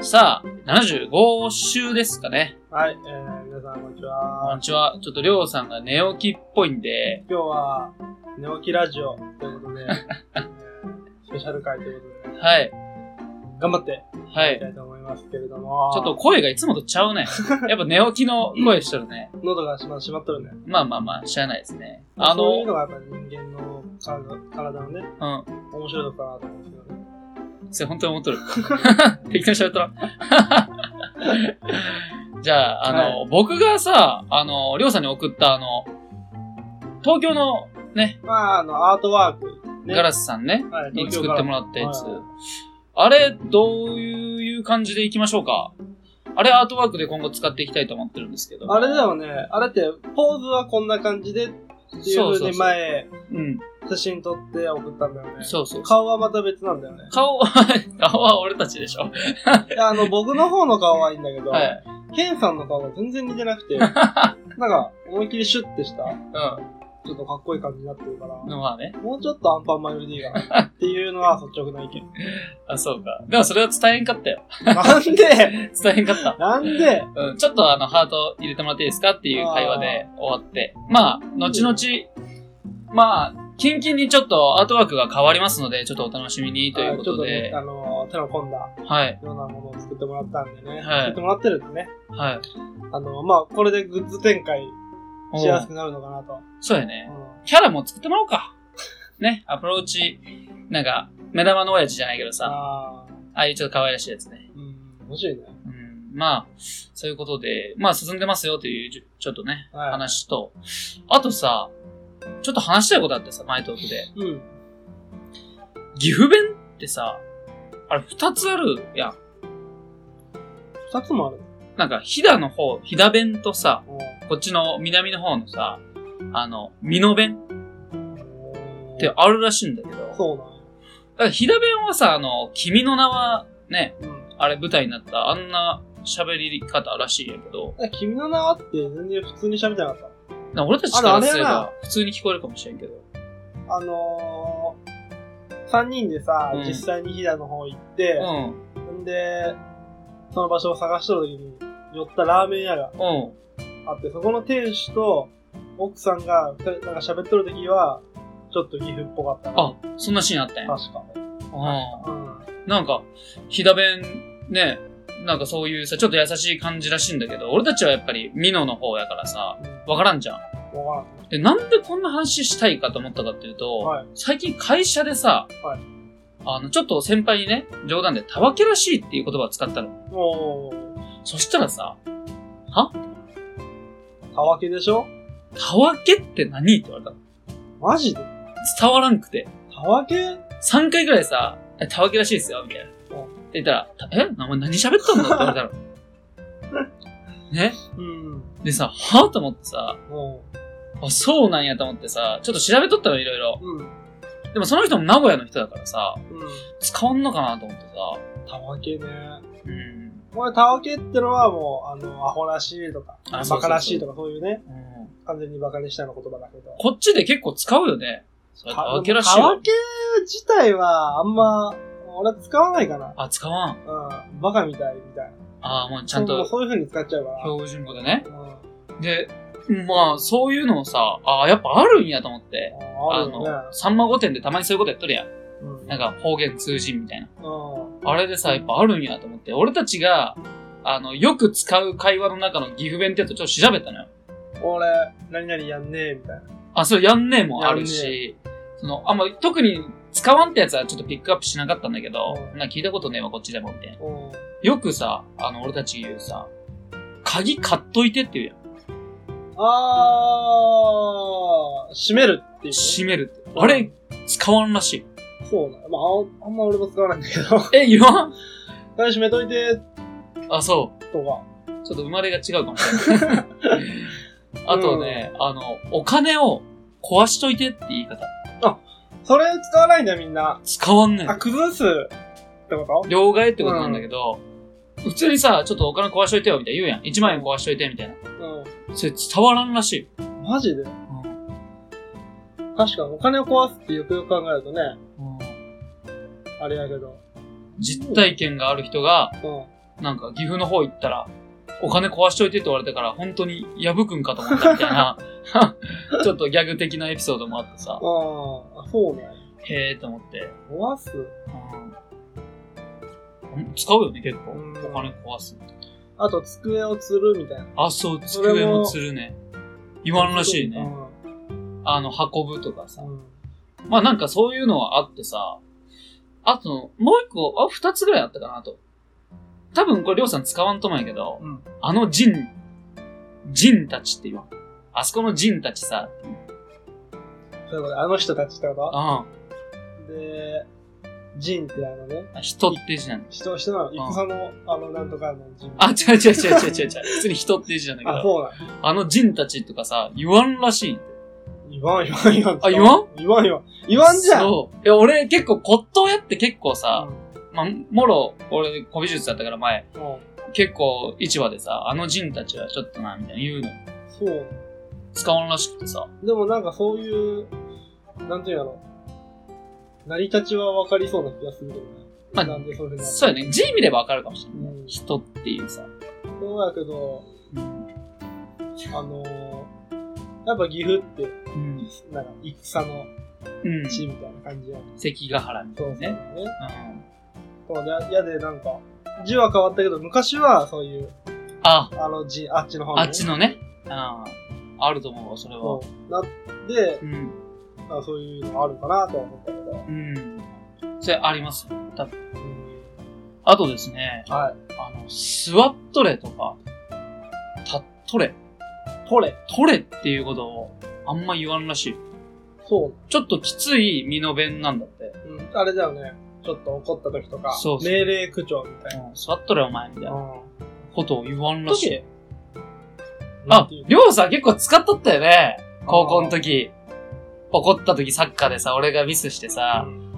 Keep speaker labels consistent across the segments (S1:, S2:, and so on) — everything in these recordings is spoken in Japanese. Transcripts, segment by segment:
S1: さあ、75週ですかね。
S2: はい、えー、皆さんこんにち
S1: こん
S2: は
S1: に。ちは。ちょっとりょうさんが寝起きっぽいんで、
S2: 今日は、寝起きラジオということ で、えースペシャル回ということで、
S1: はい、
S2: 頑張って
S1: はい
S2: き
S1: い。
S2: たいと思いますけれども、
S1: ちょっと声がいつもとちゃ うね。やっぱ寝起きの声しとるね。
S2: 喉がしましまっとるね。
S1: まあまあまあ、しゃあないですね。あ
S2: そう
S1: の、
S2: いうのがやっぱ人間の体体のね、
S1: うん。
S2: 面白いところだと思うんですよね。
S1: それ本当に思っ とる。適当に喋ったら。 じゃあ、あの、僕がさ、あの、りょうさんに送ったあの、東京のね、
S2: まあ、あの、アートワーク、ね。
S1: ガラスさんね、
S2: はい
S1: に
S2: 東
S1: 作
S2: 京ガ
S1: って
S2: ラス
S1: もらったやつ
S2: はい。
S1: あれ、どういう感じでいきましょうかあれ、アートワークで今後使っていきたいと思ってるんですけど。
S2: あれだよね、あれって、ポーズはこんな感じでっていう風に前、
S1: うん。
S2: 写真撮って送ったんだよね。
S1: そうそう。
S2: 顔はまた別なんだよね。
S1: 顔は、 顔は俺たちでしょ。
S2: いや、あの、僕の方の顔はいいんだけど、
S1: はい。
S2: ケンさんの顔が全然似て なくて、なんか、思いっきりシュッてした、
S1: う
S2: ちょっとかっこいい感じになってるから、
S1: ん。まあね。
S2: もうちょっとアンパンマン寄りでいいかなっていうのは率直 な意見。
S1: あ、そうか。でもそれは伝えんかったよ。
S2: なんで
S1: 伝えんかった。
S2: なんで
S1: うん、ちょっとあの、ハート入れてもらっていいですかっていう会話で終わって。まあ、後々、まあ、キンキンにちょっとアートワークが変わりますので、ちょっとお楽しみにというこ
S2: ちょっ
S1: と
S2: とね
S1: で、。
S2: あの、手の込んだ
S1: はい、
S2: ようなものを作ってもらったんでね、
S1: はい
S2: 作ってもらってるんでね、
S1: はい。
S2: あの、まあ、これでグッズ展開
S1: お
S2: しやす
S1: う
S2: くなるのかなと。
S1: そうや
S2: う
S1: ね。
S2: ん
S1: キャラも作ってもらおうか。ね、アプローチ、なんか、目玉の親父じゃないけどさ、あ
S2: あー
S1: あいうちょっと可愛らしいやつね。
S2: うん、欲しいね。
S1: うん、まあ、そういうことで、まあ進んでますよというちょ、ちょっとね、
S2: はい
S1: 話と、あとさ、ちょっと話したいことあってさ、前トークで。
S2: うん。
S1: 岐阜弁ってさ、あれ二つあるやん。
S2: 二つもある。
S1: なんか、飛騨の方、飛騨弁とさ、
S2: うん
S1: こっちの南の方のさ、あの、美濃弁っ
S2: って
S1: あるらしいんだけど、だか
S2: そう
S1: ら飛騨弁はさ、あの、君の名は、ね、
S2: なの。うん。
S1: あれ舞台になった、あんな喋り方らしいんやけど、
S2: え君の名はって全然普通に喋ってなかっ
S1: なんか俺たちからすれ
S2: あのあれ
S1: ば、普通に聞こえるかもしれんけど、
S2: た。あのー、三人でさ、
S1: うん
S2: 実際に飛騨の方行って
S1: う、ん、
S2: んで、その場所を探してる時に寄ったラーメン屋が
S1: うん、
S2: あって、そこの店主と奥さんが二人なんか喋ってる時は、ちょっと岐阜っぽかったな
S1: あ。、そんなシーンあったんや。
S2: 確か。
S1: うん
S2: うん。
S1: なんか、飛騨弁、ね、なんかそういうさ、ちょっと優しい感じらしいんだけど、俺たちはやっぱり美濃の方やからさ、わからんじゃん。
S2: わか
S1: で、なんでこんな話したいかと思ったかっていうと、
S2: はい
S1: 最近会社でさ、
S2: はい
S1: あの、ちょっと先輩にね、冗談で、たわけらしいっていう言葉を使ったの。
S2: らん。もう、
S1: そしたらさ、
S2: たわけでしょ
S1: たわけって何って言われたの。
S2: マジで
S1: 伝わらんくて。
S2: たわけ
S1: 3回ぐらいさ、えたわけらしいですよ、みたいな。
S2: うん
S1: って言ったら、たえお前何喋ったんだって言われた の。ね
S2: うん。
S1: でさ、はぁと思ってさ、
S2: も
S1: あ、そうなんやと思ってさ、ちょっと調べとったのいろいろ
S2: う、。うん。うん。
S1: でもその人も名古屋の人だからさ、使わんのかなと思ってさ、
S2: たわけね。
S1: うん。
S2: これ、たわけってのはもう、あの、アホらしいとか、
S1: あそうそうそう
S2: バカらしいとか、そういうね、
S1: うん、
S2: 完全にバカにしたような言葉だけど。
S1: こっちで結構使うよね。それ、たわけらしい
S2: たわ
S1: わ。
S2: け自体は、あんま、俺は使わないかな。
S1: あ、使わん。
S2: うん。バカみたい、みたいな。
S1: ああ、もうちゃん
S2: そう
S1: と
S2: そういう風に使っちゃうから。
S1: 標準語でね。
S2: うん。
S1: で、まあ、そういうのをさ、ああ、やっぱあるんやと思って。
S2: ああ
S1: あ
S2: る
S1: の
S2: よね。、
S1: さんま御殿でたまにそういうことやっとるやん。
S2: うん。
S1: なんか方言通じんみたいな。
S2: うん。
S1: あれでさ、やっぱあるんやと思って。俺たちが、あの、よく使う会話の中の岐阜弁ってやつをちょっと調べたのよ。
S2: 俺、何々やんねえ、みたいな。
S1: あ、それやんねえもあるし、その、あんま特に使わんってやつはちょっとピックアップしなかったんだけど、
S2: うん
S1: なんか聞いたことねえわ、こっちでも、みたいな。
S2: うん。
S1: よくさ、あの、俺たち言うさ、鍵買っといてって言うやん。
S2: あー、閉めるっていうね。
S1: 閉めるって。あれ、使わんらしい。
S2: そうなの。まああ、あんま俺も使わないんだけど。
S1: え、言わん
S2: 大閉めといて、
S1: あ、そ
S2: と
S1: う。
S2: か。
S1: ちょっと生まれが違うかもしれ ない。あとね、あの、お金を壊しといてって言い方。
S2: それ使わないんだよ、みんな。
S1: 使わんね
S2: あ、
S1: ん。
S2: 崩すってこと
S1: 両替ってことなんだけど、普通にさ、ちょっとお金壊しといてよ、みたいな言うやん。1万円壊しといて、みたいな。
S2: う
S1: それ伝わらんらしい。
S2: ん。マジで確かにお金を壊すってよくよく考えるとね、
S1: うん
S2: あれやけど。
S1: 実体験がある人が
S2: うん。
S1: なんか岐阜の方行ったら、お金壊しといてって言われたから、本当に破くんかと思ったみたいな、 ちょっとギャグ的なエピソードもあってさ、
S2: ああ、そうね。
S1: へえーと思って。
S2: 壊す
S1: うん使うよね、結構。
S2: うん
S1: お金壊す。
S2: あと、机を吊るみたいな。
S1: あ、そう、
S2: それ
S1: 机も
S2: も
S1: 吊るね。言わんらしいね。
S2: う
S1: あの、運ぶとかさ。
S2: ん。うん
S1: まあなんかそういうのはあってさ、あと、もう一個、あ、二つぐらいあったかなと。多分これりょうさん使わんと思うんやけど、
S2: うん
S1: あのジン、ジンたちって言わん。あそこのジンたちさ、
S2: そういうこと、あの人たちってこ
S1: う
S2: とで、ジンってあのね、
S1: ん。人って字なんだ。
S2: 人、人なの、戦の、あの、なんとかのジン。
S1: あ、違う違う違う違う違う違う。普通に人って字なんだけ
S2: あ、
S1: ど、
S2: そうなの。
S1: あのジンたちとかさ、言わんらしい。
S2: 言わん言わん言わん。
S1: あ言わん
S2: 言わん言わん。言わんじゃん
S1: そう。いや、俺結構骨董屋って結構さ、
S2: う
S1: まあ、もろ、俺、古美術だったから前、
S2: んうん
S1: 結構市場でさ、あの人たちはちょっとな、みたいな言うの。
S2: そう。
S1: 使わんらしくてさ。
S2: でもなんかそういう、なんていうんやろ。成り立ちは分かりそうな気がするけどね。
S1: まあ
S2: なんでそれなの
S1: そうやね。字見ればわかるかもしれない。
S2: うん
S1: 人っていうさ。
S2: そうやけど、
S1: うん。
S2: あのー、やっぱ岐阜って、
S1: うん。
S2: なんか戦の
S1: うん、
S2: 地みたいな感じやん。
S1: 関ヶ原みた
S2: そ
S1: いうな
S2: そうね
S1: ね。。うん。
S2: そうね。やでなんか、字は変わったけど、昔はそういう、
S1: あ、
S2: あの字、あっちの方
S1: あっちのね。あああると思うわ、それは
S2: そ。う。なって、
S1: うん。
S2: あそういうのあるかなとは思ったけど。
S1: うん。それありますよ。多分。
S2: うん
S1: あとですね、
S2: はい。
S1: あの、スワットレとか、タットレ、
S2: 取れ。
S1: トレっていうことをあんま言わんらしい。
S2: そう
S1: ちょっときつい身の弁なんだって。
S2: うん、あれだよね。ちょっと怒った時とか、
S1: そうそう
S2: 命令口調みたい
S1: うん、座っとれお前みたい
S2: な。
S1: な
S2: うん。
S1: ことを言わんらしい。
S2: なん
S1: あ
S2: ていう、
S1: りょうさん結構使っとったよね。高校の時。怒った時サッカーでさ、俺がミスして
S2: の
S1: さ
S2: う、ん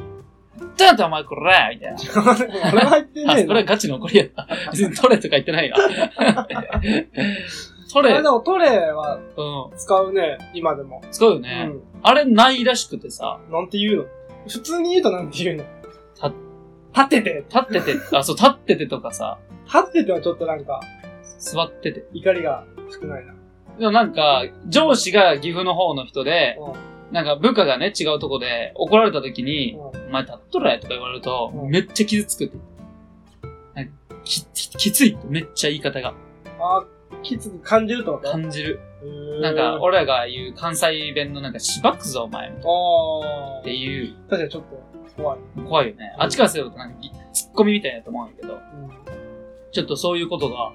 S1: どうやってお前これみたいな。
S2: 俺は言って
S1: あ、
S2: ね
S1: それ
S2: え
S1: は
S2: な。
S1: ガチの怒りやった。 別に取れとか言ってないよ。 取
S2: あ
S1: れ、
S2: れ
S1: う
S2: でもトレーは
S1: ん。
S2: 使うね、今でも。
S1: 使うよね。あれないらしくてさ、
S2: うん。なんて言うの普通に言うとなんて言うの
S1: た
S2: 立ってて
S1: 立って て、あ、そう、立っててとかさ、
S2: 立っててはちょっとなんか、
S1: 座ってて。
S2: 怒りが少ないな。
S1: でもなんか、上司が岐阜の方の人で、
S2: うん。
S1: なんか部下がね、違うとこで怒られた時に、
S2: うん
S1: お前立っとれとか言われると、
S2: うん
S1: めっちゃ傷つくって。なんかきききついってめっちゃ言い方が
S2: あー、きつく感じるってこと
S1: 感じる。な
S2: な
S1: んか、俺らが言う関西弁のなんかしばくぞお前みたいな
S2: あ
S1: って
S2: ー。
S1: いう、
S2: 確かにちょっと怖い。
S1: 怖いよね。あっちからするとなんかぎツッコミみたいだと思うんやけど、
S2: うん。
S1: ちょっとそういうことが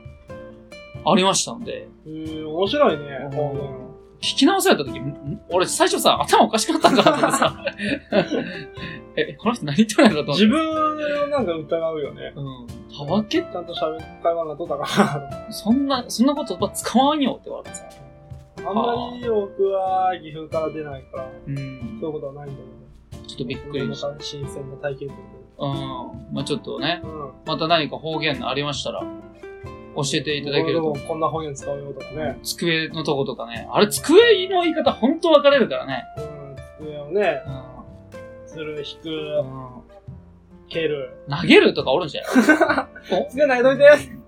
S1: ありましたので、
S2: えー、面白いね。
S1: うん聞き直された時、んん俺最初さ、頭おかしかったんかなと思って さ、え、この人何言ってるんだろうと思って
S2: 自。分をなんか疑うよね。
S1: うん。たわけ
S2: ちゃんと喋ったような とだから。
S1: そんな、そんなことば使わんよって言われてさ。
S2: あんまり僕は岐阜から出ないから、
S1: うん。
S2: そういうことはないんだ
S1: ちょっと
S2: け
S1: びっ
S2: ど。
S1: くりした。
S2: た。新鮮な体験という
S1: うん。まあちょっとね、
S2: か。うん。
S1: また何か方言ありましたら、教えていただけると
S2: 俺。もこんな方言使うよとかね。
S1: 机のとことかね。あれ、机の言い方ほんと分かれるからね。
S2: うん。机をね、
S1: う
S2: する、引く、
S1: ん。
S2: 蹴る。
S1: 投げるとかおるんじゃない
S2: 机投げといて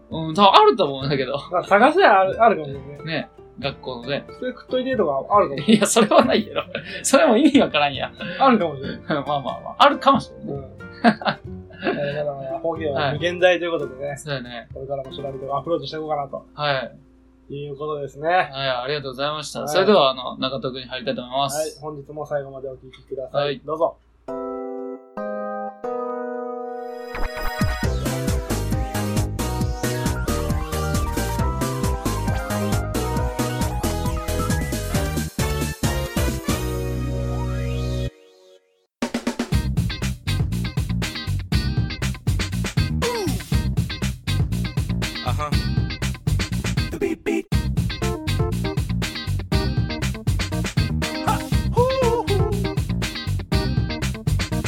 S1: うん、多分あると思うんだけど。
S2: まあ探せばあるあるかもしれないね。
S1: ね。学校のね。
S2: 机食っといてとかあるかもし
S1: いや、それはないけど。それも意味わからんや。
S2: れない。あるかもしれない。
S1: まあまあまあ。あるかもしれない
S2: うん
S1: ね。。
S2: えーだから方言は無限大ということでね、
S1: そうだね。
S2: これからも調べてアップロードしていこうかなと
S1: はい。
S2: いうことですね。
S1: はい、ありがとうございました。
S2: はい
S1: それでは、あの、中戸くんに入りたいと思います。
S2: はい、本日も最後までお聞きください。
S1: はい
S2: どうぞ。
S3: Uh-huh. Beep beep.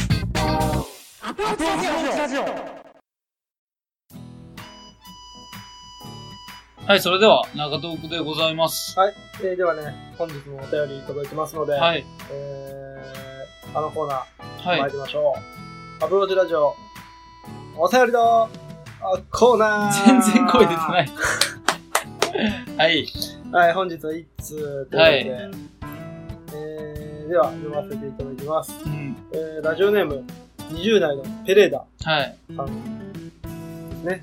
S3: Ha! Hoo! Hoo!
S1: はい、それでは、中トークでございます。
S2: はい、えーではね、本日もお便り届いてますので、
S1: はい、
S2: えー、あのコーナー、
S1: はい
S2: 参。りましょう。アプローチラジオ、お便りだあコーナー
S1: 全然声出てない。はい。
S2: はい、本日は一通ということで、えー、では読ませていただきます。
S1: うん。
S2: えー、ラジオネーム、20代のペレーダ
S1: はい。
S2: さん。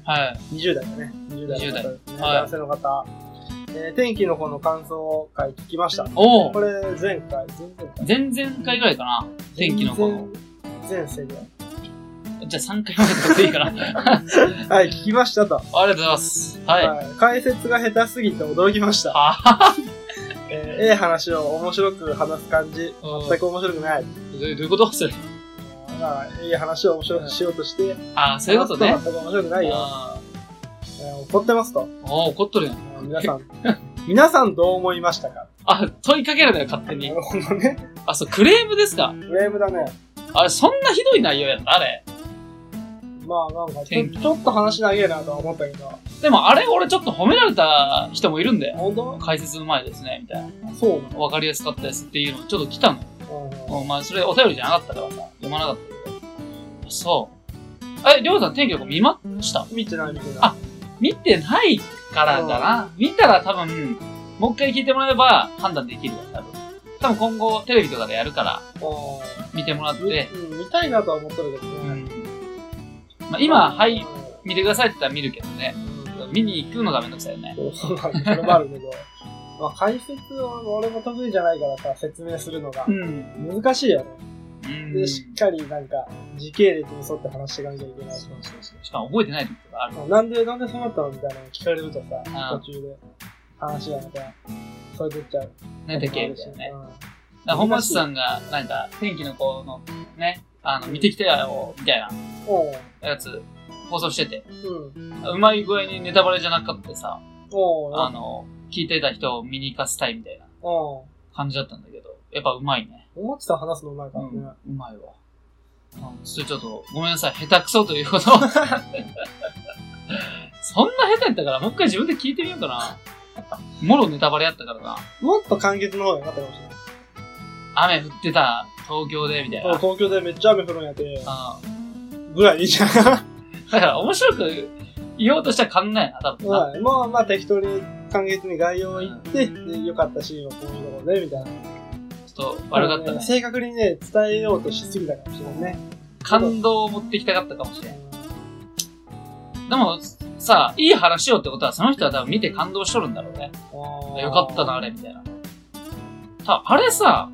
S1: はい。
S2: 20代だね。20代の方ですね。
S1: 代はい
S2: 男性の方。えー、天気の方の感想会聞きました。
S1: お
S2: こ
S1: お。
S2: れ、前回、前々回。
S1: 前々回ぐらいかな。天気の子の。
S2: 前前世ぐらい。
S1: じゃあ3回目とかで いいかな。ありが
S2: はい、聞きましたと。
S1: とうございます。はい。
S2: はい解説が下手すぎて驚きました。
S1: あは
S2: えー、ええ話を面白く話す感じ。
S1: うん
S2: 全く面白くない。
S1: どうどういうことそれ。
S2: まあ、いい話を面白くしようとして、
S1: ああ、そういうことね
S2: 話。す全く面白くないよ。
S1: あ
S2: えー怒ってますと。
S1: あ。おお、怒っとるやん。
S2: 皆 さん、皆さんどう思いましたか
S1: あ、問いかけるのよ、勝手
S2: な
S1: に
S2: る。ほどね。
S1: あ、そう、クレームですか。
S2: フレームだね。
S1: あれ、そんなひどい内容やったあれ。
S2: まあなんかちょ、
S1: 天気
S2: ちょっと話長えなとは思ったけど。
S1: でもあれ、俺ちょっと褒められた人もいるんだよ。
S2: 本当
S1: 解説の前ですね、みたい
S2: そうな
S1: な。わかりやすかったですっていうのちょっと来たの。
S2: の、
S1: お前、それお便りじゃなかったからさ、読まなかったけど。そう。え、りょうさん天気予報見ました
S2: うん、見てない見てない。
S1: あ見てないからだな。見たら多分、もう一回聞いてもらえば判断できるよ、多分。多分今後テレビとかでやるから、
S2: あ
S1: 見てもらっ
S2: ー見
S1: て。
S2: うん見たいなとは思ってるけど
S1: う
S2: ね。
S1: ん。まあ、今、は
S2: う
S1: い
S2: ん、。
S1: 見てくださいって言ったら見るけどね。見に行くのがめんどくさいよね。
S2: そうそうなんだそれもある けど。まあ解説は俺も得意じゃないからさ、説明するのが
S1: う。ん。
S2: 難しいよね。
S1: うん。
S2: で、
S1: し
S2: しっかりなんか、時系列に沿って話していかなきゃいけないし。
S1: かも覚えてない時とかある。
S2: なんで、なんでそうなったのみたいなの聞かれると
S1: う
S2: さ
S1: ん、
S2: 途中で話がまた、それとっちゃう。
S1: 何だっけみたいなね。
S2: うん
S1: だから本町さんが、なんか、天気の子の、ね、あの、見てきたよ、みたいな
S2: おう
S1: やつ、放送してて、
S2: うん。
S1: うまい具合にネタバレじゃなかったさ、
S2: おう
S1: あの、聞いてた人を見に行かせたいみたいな
S2: おう
S1: 感じだったんだけど、やっぱうまいね。
S2: おもちさん話すのうまいか
S1: う
S2: らね。
S1: ん、うまいわ。うんそれちょっと、ごめんなさい、下手くそということを。 そんな下手やったから、もう一回自分で聞いてみようかな。もろネタバレやったからな。
S2: もっと簡潔の方が良かったかもしれない。
S1: 雨降ってた、東京で、みたいな。
S2: あ東京でめっちゃ雨降るんやて、
S1: うん
S2: ぐらいいいじゃん。
S1: だから、面白く言おうとしたら考えな、多分な。
S2: はい まあまあ適当に簡潔に概要を言って、で良かったシーンはこういうところで、みたいな。
S1: ちょっと悪かったね。
S2: 正確にね、伝えようとしすぎたかもしれないね。
S1: 感動を持ってきたかったかもしれん。でも、さ、いい話をってことは、その人は多分見て感動しとるんだろうね。よかったな、あれ、みたいな。たあれさ、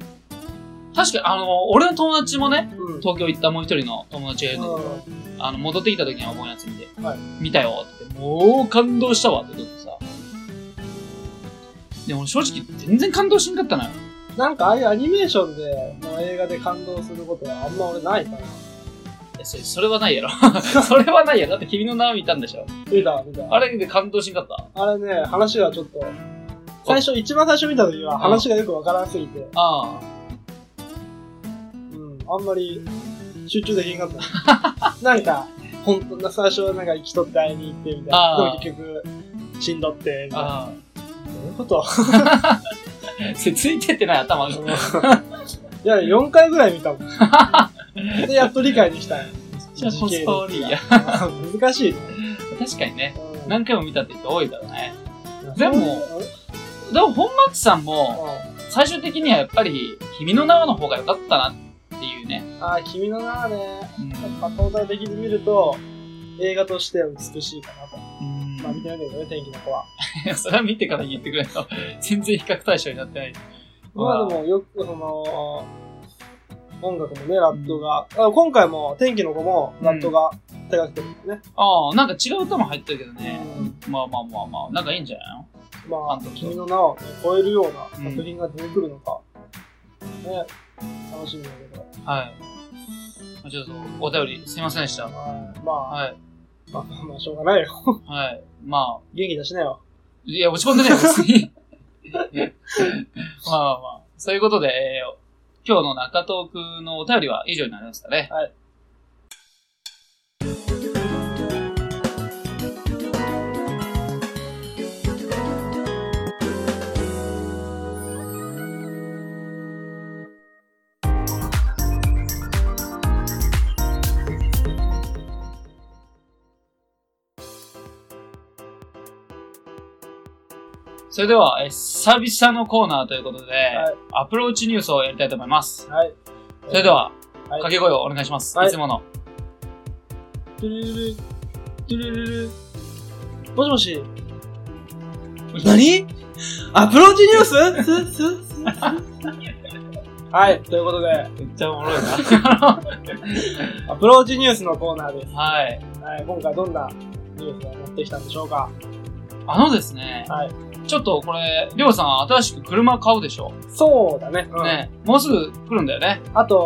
S1: 確かに、あの、俺の友達もね、
S2: うん。うん。
S1: 東京行ったもう一人の友達がいるんだけど、あの、戻ってきた時に思いやつ見て、
S2: はい
S1: 見たよって言って、もう感動したわって言ってさ。でも正直、全然感動しんかったな。
S2: なんかああいうアニメーションで、の映画で感動することはあんま俺ないかな。
S1: えそれそれはないやろ。 それはないやろ。だって君の名は見たんでしょ。
S2: 見た、見た。
S1: あれで感動しんかった。
S2: あれね、話がちょっと、最初、一番最初見た時は話がよくわからんすぎて、
S1: あ
S2: うん、あんまり集中できんかった。 なんか、ほんとな、最初はなんか生きとって会いに行ってみたいな。で
S1: あ
S2: も
S1: ー
S2: 結局、死んどって、み
S1: あ。
S2: たいな。
S1: あ
S2: どういうこと
S1: あ。それついてってない頭が。
S2: いや、4回ぐらい 見たもん。で、やっと理解できたよ。
S1: じゃあ、ストーリーや。
S2: 難しいね。
S1: 確かにね。
S2: うん
S1: 何回も見たって人多いだろうね。でもでも、本松さん
S2: うん
S1: も、最終的にはやっぱり、君の名はの方が良かったなっていうね。
S2: あー、君の名はね、
S1: うん。
S2: やっぱトータル的に見ると、映画としては美しいかなと。
S1: うん
S2: まあ見てないけどね、天気の子は。
S1: いやそれは見てから言ってくれと。全然比較対象になってない。
S2: まあでもよくその、音楽もね、ラットが、あ今回も天気の子もラットが手がけてるんだよね。
S1: ああ、なんか違う歌も入ってるけどね。まあまあまあまあ、なんかいいんじゃないの
S2: まあ
S1: 監、督
S2: 君の名を、ね、超えるような作品が出てくるのか。ね、楽しみだけど。
S1: はい。まあちょっと、お便りすいませんでした。
S2: まあ、まあ、
S1: はい。
S2: まあ、まあしょうがないよ。
S1: はい。まあ、
S2: 元気出しなよ。
S1: いや、落ち込んでないよ、別に。 まあまあまあ。そういうことで、えー今日の中トークのお便りは以上になりますかね。
S2: はい。
S1: それでは、えー久々のコーナーということで、
S2: い
S1: アプローチニュースをやりたいと思います。
S2: はい。
S1: それでは、
S2: はい
S1: 掛け声をお願いします。
S2: はい
S1: い、つもの。
S2: トゥルルル、トゥルルル。もしもし。何アプローチニュースすすすすはい、ということで、
S1: めっちゃおもろいな。
S2: アプローチニュースのコーナーです。
S1: はい。
S2: はい、今回どんなニュースを持ってきたんでしょうか
S1: あのですね、
S2: はい
S1: ちょっとこれ、りょうさん新しく車買うでしょ、
S2: そうだね。うん、
S1: ね。もうすぐ来るんだよね。
S2: あと、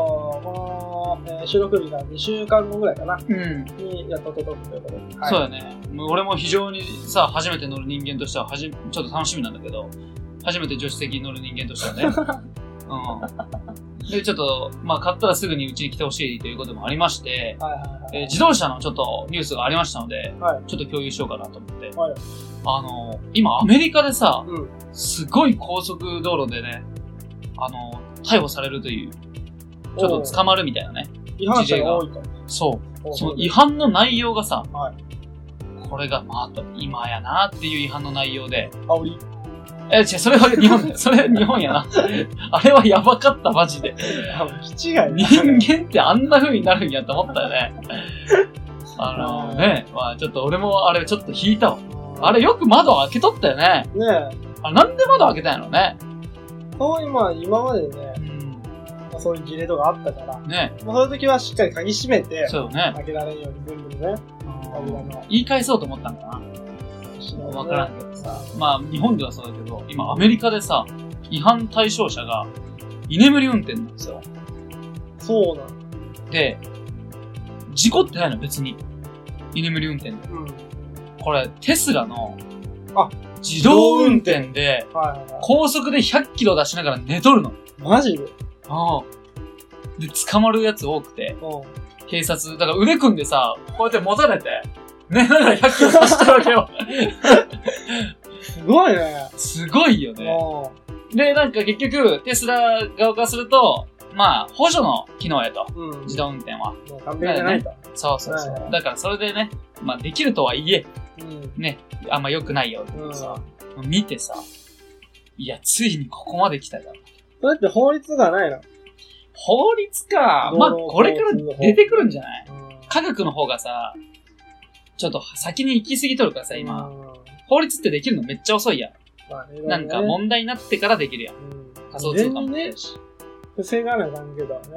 S2: この、えー収録日が2週間後ぐらいかな、
S1: うん。
S2: にやっと届くということで。はい、
S1: そうだね。もう俺も非常にさ、初めて乗る人間としてははじ、ちょっと楽しみなんだけど、初めて助手席に乗る人間として はね。うん。で、ちょっと、まあ、買ったらすぐにうちに来てほしいということもありまして、
S2: はいはいはい。
S1: えー自動車のちょっとニュースがありましたので、
S2: はい
S1: ちょっと共有しようかなと思って。
S2: はい
S1: あの、今アメリカでさ、
S2: うん
S1: すごい高速道路でね、あの、逮捕されるという、ちょっと捕まるみたいなね。
S2: 違反者が多いと。
S1: そう。
S2: お
S1: その違反の内容がさ、
S2: は
S1: これがまた今やなっていう違反の内容で、
S2: 煽り。
S1: え、違う、それは日本、 それは日本やな。あれはやばかった、マジで。
S2: 気違いだ
S1: 人間ってあんな風になるんやと思ったよね。あのね、まあちょっと俺もあれちょっと引いたわ。あれよく窓開けとったよね。
S2: ねえ、
S1: あれなんで窓開けたんやろね。
S2: そう今、今までね
S1: う、ん。
S2: まあそういう事例とかあったから、
S1: ね、
S2: まあ、そういう時はしっかり鍵閉めて、
S1: そうよね。
S2: 開けられんように全部ね、扉の
S1: 言い返そうと思ったんか
S2: 後
S1: な。
S2: ろ
S1: わからんけど。
S2: さ、
S1: まあ日本ではそうだけど、今アメリカでさ、違反対象者が居眠り運転なんですよ。
S2: そうなん
S1: で、事故ってないの別に。居眠り運転で。
S2: うん。はい
S1: これ、テスラの、
S2: あ、
S1: 自動運転で、
S2: はいは
S1: 高速で100キロ出しながら寝とるの。
S2: い。マジでうん。
S1: ああ。で、捕まるやつ多くて、警察、だから腕組んでさ、こうやって持たれて、寝ながら100キロ出してるわけ よ。
S2: すごいね。
S1: すごいよね。
S2: も
S1: で、なんか結局、テスラ側からすると、まあ、補助の機能やと。
S2: う、うん。
S1: 自動運転は。
S2: もう完璧じゃないと。
S1: そうそうそ
S2: はいは
S1: う。
S2: い
S1: だからそれでね、まあできるとはいえ、
S2: うん。
S1: ね、あんま良くないよって
S2: うん。
S1: さ
S2: そ、
S1: 見てさ、いや、ついにここまで来たじゃん。
S2: れって法律がないの
S1: 法律か。
S2: 道
S1: まあ、
S2: 路
S1: これから出てくるんじゃない
S2: うん。
S1: 科学の方がさ、ちょっと先に行き過ぎとるからさ、今。
S2: うん。
S1: 法律ってできるのめっちゃ遅いやん。
S2: まあね、
S1: なんか
S2: いろいろね
S1: 問題になってからできるやん。
S2: うん
S1: 仮想通貨
S2: 事
S1: も
S2: 前にね
S1: ね、。
S2: 不正がない関係だわね。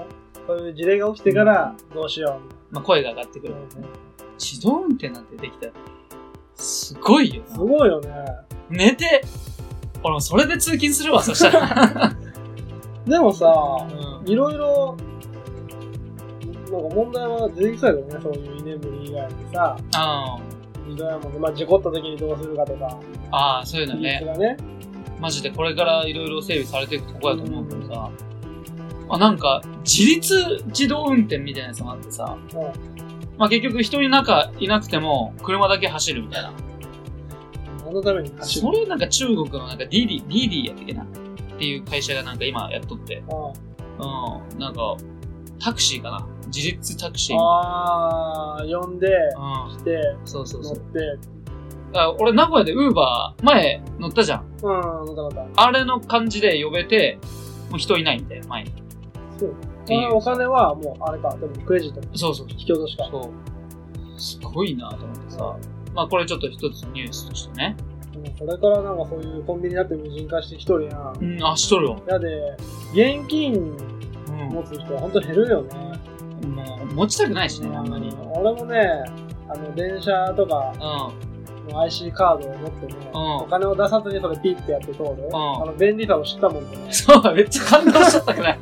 S2: そういう事例が起きてから、どうしよ
S1: まあ、声が上がってく
S2: う
S1: る
S2: み。たいな。
S1: 自動運転なんてできたら、すごいよ
S2: す
S1: な。
S2: ごいよね。
S1: 寝て、俺もそれで通勤するわ、そした ら。
S2: でもさ、
S1: うん
S2: いろいろ、なんか問題は出てきそうやけどね、そういう居眠り以外にさ、
S1: あ
S2: いろいろもまあ、事故った時にどうするかとか、
S1: あー、そういうの
S2: 技
S1: ね。
S2: 術がね、
S1: マジでこれからいろいろ整備されていくとこやと思うけどさ。あなんか、自立自動運転みたいなやつもあってさ。まあ結局人に中いなくても車だけ走るみたいな。
S2: 何のために走る
S1: それなんか中国のなんか DD、DD やったっけなっていう会社がなんか今やっとって。
S2: あ
S1: うん。なんか、タクシーかな。自立タクシーみ
S2: ああー、呼んで、
S1: たいな。うん。
S2: 来て、
S1: そうそう
S2: 乗
S1: そ
S2: っ
S1: う
S2: て。、
S1: あ俺名古屋でウーバー前乗ったじゃん。
S2: うん、乗った乗っ
S1: あれの感じで呼べて、もう人いないみたいな、前に。
S2: た。そう。
S1: て
S2: こ
S1: いう
S2: のお金はもう、あれか、でもクレジットに
S1: そうそうそう。
S2: 引き落としか。
S1: そう。すごいなと思ってさ。まあこれちょっと一つニュースとしてね。
S2: うんこれからなんかそういうコンビニだって無人化してきとるやん。
S1: うん、あ、しとるわ。
S2: やで、現金
S1: うん。
S2: 持つ人は本当減るよね。
S1: もう、持ちたくないしね、あんまり。うん。
S2: 俺もね、あの、電車とかの IC カードを持ってね、お金を出さずにそれピッてやって通る。
S1: ん。
S2: あの、便利さを知ったもんでね
S1: そう、めっちゃ感動しちゃった くない